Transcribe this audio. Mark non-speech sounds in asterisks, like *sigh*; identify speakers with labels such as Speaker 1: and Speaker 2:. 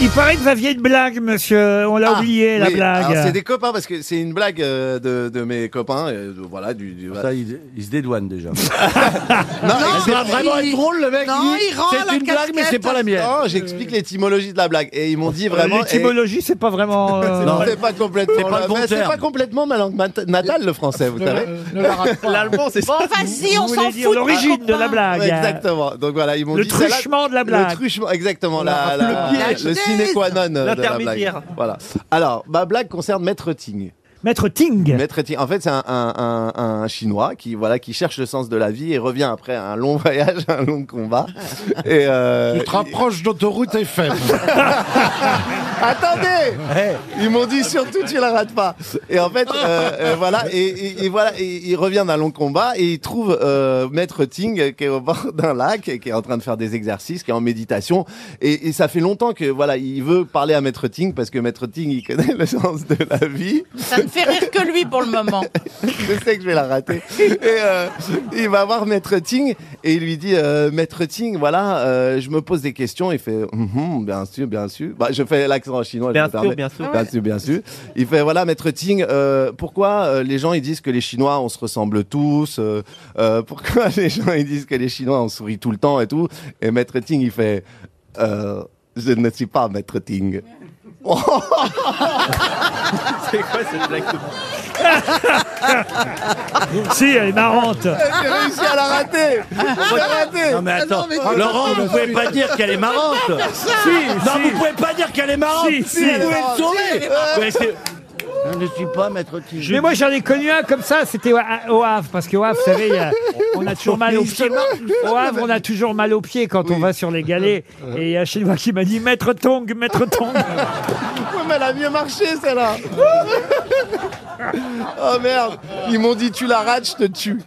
Speaker 1: Il paraît que vous aviez une blague, monsieur. On l'a
Speaker 2: Ah,
Speaker 1: oublié, la
Speaker 2: oui. Alors, C'est
Speaker 1: blague.
Speaker 2: des copains parce que c'est une blague euh, de, de mes copains. euh, de- voilà, du, du-
Speaker 3: Ça, il, il se dédouane *laughs* déjà.
Speaker 2: Non,
Speaker 3: il doit Ah, vraiment être drôle, le mec.
Speaker 4: Non, il rend la
Speaker 3: C'est une blague,
Speaker 4: casquette.
Speaker 3: mais c'est pas la mienne.
Speaker 2: non, j'explique l'étymologie de la blague. Et ils m'ont dit vraiment.
Speaker 1: Euh, L'étymologie, c'est pas
Speaker 2: *laughs*
Speaker 1: vraiment. euh,
Speaker 2: eh,
Speaker 3: Non.
Speaker 2: C'est pas complètement.
Speaker 3: C'est pas le bon
Speaker 2: mais c'est
Speaker 3: terme.
Speaker 2: pas complètement ma langue mat- natale, le français, vous savez.
Speaker 5: L'allemand, c'est
Speaker 4: Bon, vas-y, on
Speaker 1: vous
Speaker 4: s'en
Speaker 1: voulez dire
Speaker 4: fout.
Speaker 1: l'origine de la blague.
Speaker 2: Ouais, Exactement. Donc voilà, ils m'ont
Speaker 1: Ah, Le
Speaker 2: dit. celle-là-
Speaker 1: truchement de la blague.
Speaker 2: Le truchement, exactement. La, la-
Speaker 5: Le piège.
Speaker 2: le sine qua non euh, de la
Speaker 5: L'intermédiaire.
Speaker 2: blague. Voilà. Alors, ma blague concerne Maître Ting.
Speaker 1: Maître Ting.
Speaker 2: Maître Ting, en fait, c'est un, un- un- un Chinois qui, voilà, qui cherche le sens de la vie et revient après un long *laughs* voyage, un long combat. Et euh,
Speaker 6: Tu te rapproches d'autoroute FM.
Speaker 2: Attendez Ils m'ont dit surtout tu la rates pas. Et en fait, euh, euh, voilà, et, et- et voilà, et il revient d'un long combat et il trouve euh, Maître Ting euh, qui est au bord d'un lac et qui est en train de faire des exercices, qui est en méditation. Et, et ça fait longtemps que voilà, il veut parler à Maître Ting parce que Maître Ting il connaît le sens de la vie.
Speaker 4: Ça ne fait rire que lui pour le moment.
Speaker 2: Je sais que je vais la rater. Et euh, il va voir Maître Ting et il lui dit euh, Maître Ting, voilà, euh, je me pose des questions. Il fait Hum, hum, Bien sûr, bien sûr. Bah, je fais l'accent chinois. je
Speaker 5: Bien
Speaker 2: me
Speaker 5: sûr,
Speaker 2: permets.
Speaker 5: bien sûr.
Speaker 2: Bien sûr, bien sûr. Il fait Voilà, Maître Ting, euh, pourquoi euh, les gens ils disent que les Chinois on se ressemble tous euh, euh, Pourquoi *laughs* les gens ils disent que les Chinois on sourit tout le temps et tout Et Maître Ting il fait Euh, Je ne suis pas Maître Ting.
Speaker 5: c'est quoi cette blague de-
Speaker 1: Si, elle est marrante.
Speaker 2: J'ai réussi à la rater Je l'ai ratée.
Speaker 3: Non, mais attends, Laurent, vous pouvez pas dire qu'elle est marrante.
Speaker 1: Si,
Speaker 3: Non,
Speaker 1: si.
Speaker 3: vous pouvez pas dire qu'elle est marrante.
Speaker 1: Si, si.
Speaker 3: Vous pouvez le sauver. Mais c'est- Je ne suis pas maître
Speaker 1: Mais
Speaker 3: Tige.
Speaker 1: moi j'en ai connu un comme ça, c'était au Ha- au Havre, parce qu'au Havre, vous savez,
Speaker 2: *laughs*
Speaker 1: il y a- on a toujours mal aux pieds. Au Havre, on a toujours mal aux pieds quand on va sur les galets. Et il y a un Chinois qui m'a dit Maître Tong, Maître Tong.
Speaker 2: Ouais, mais elle a mieux marché *laughs* celle-là. oh merde, ils m'ont dit tu la rates, je te tue.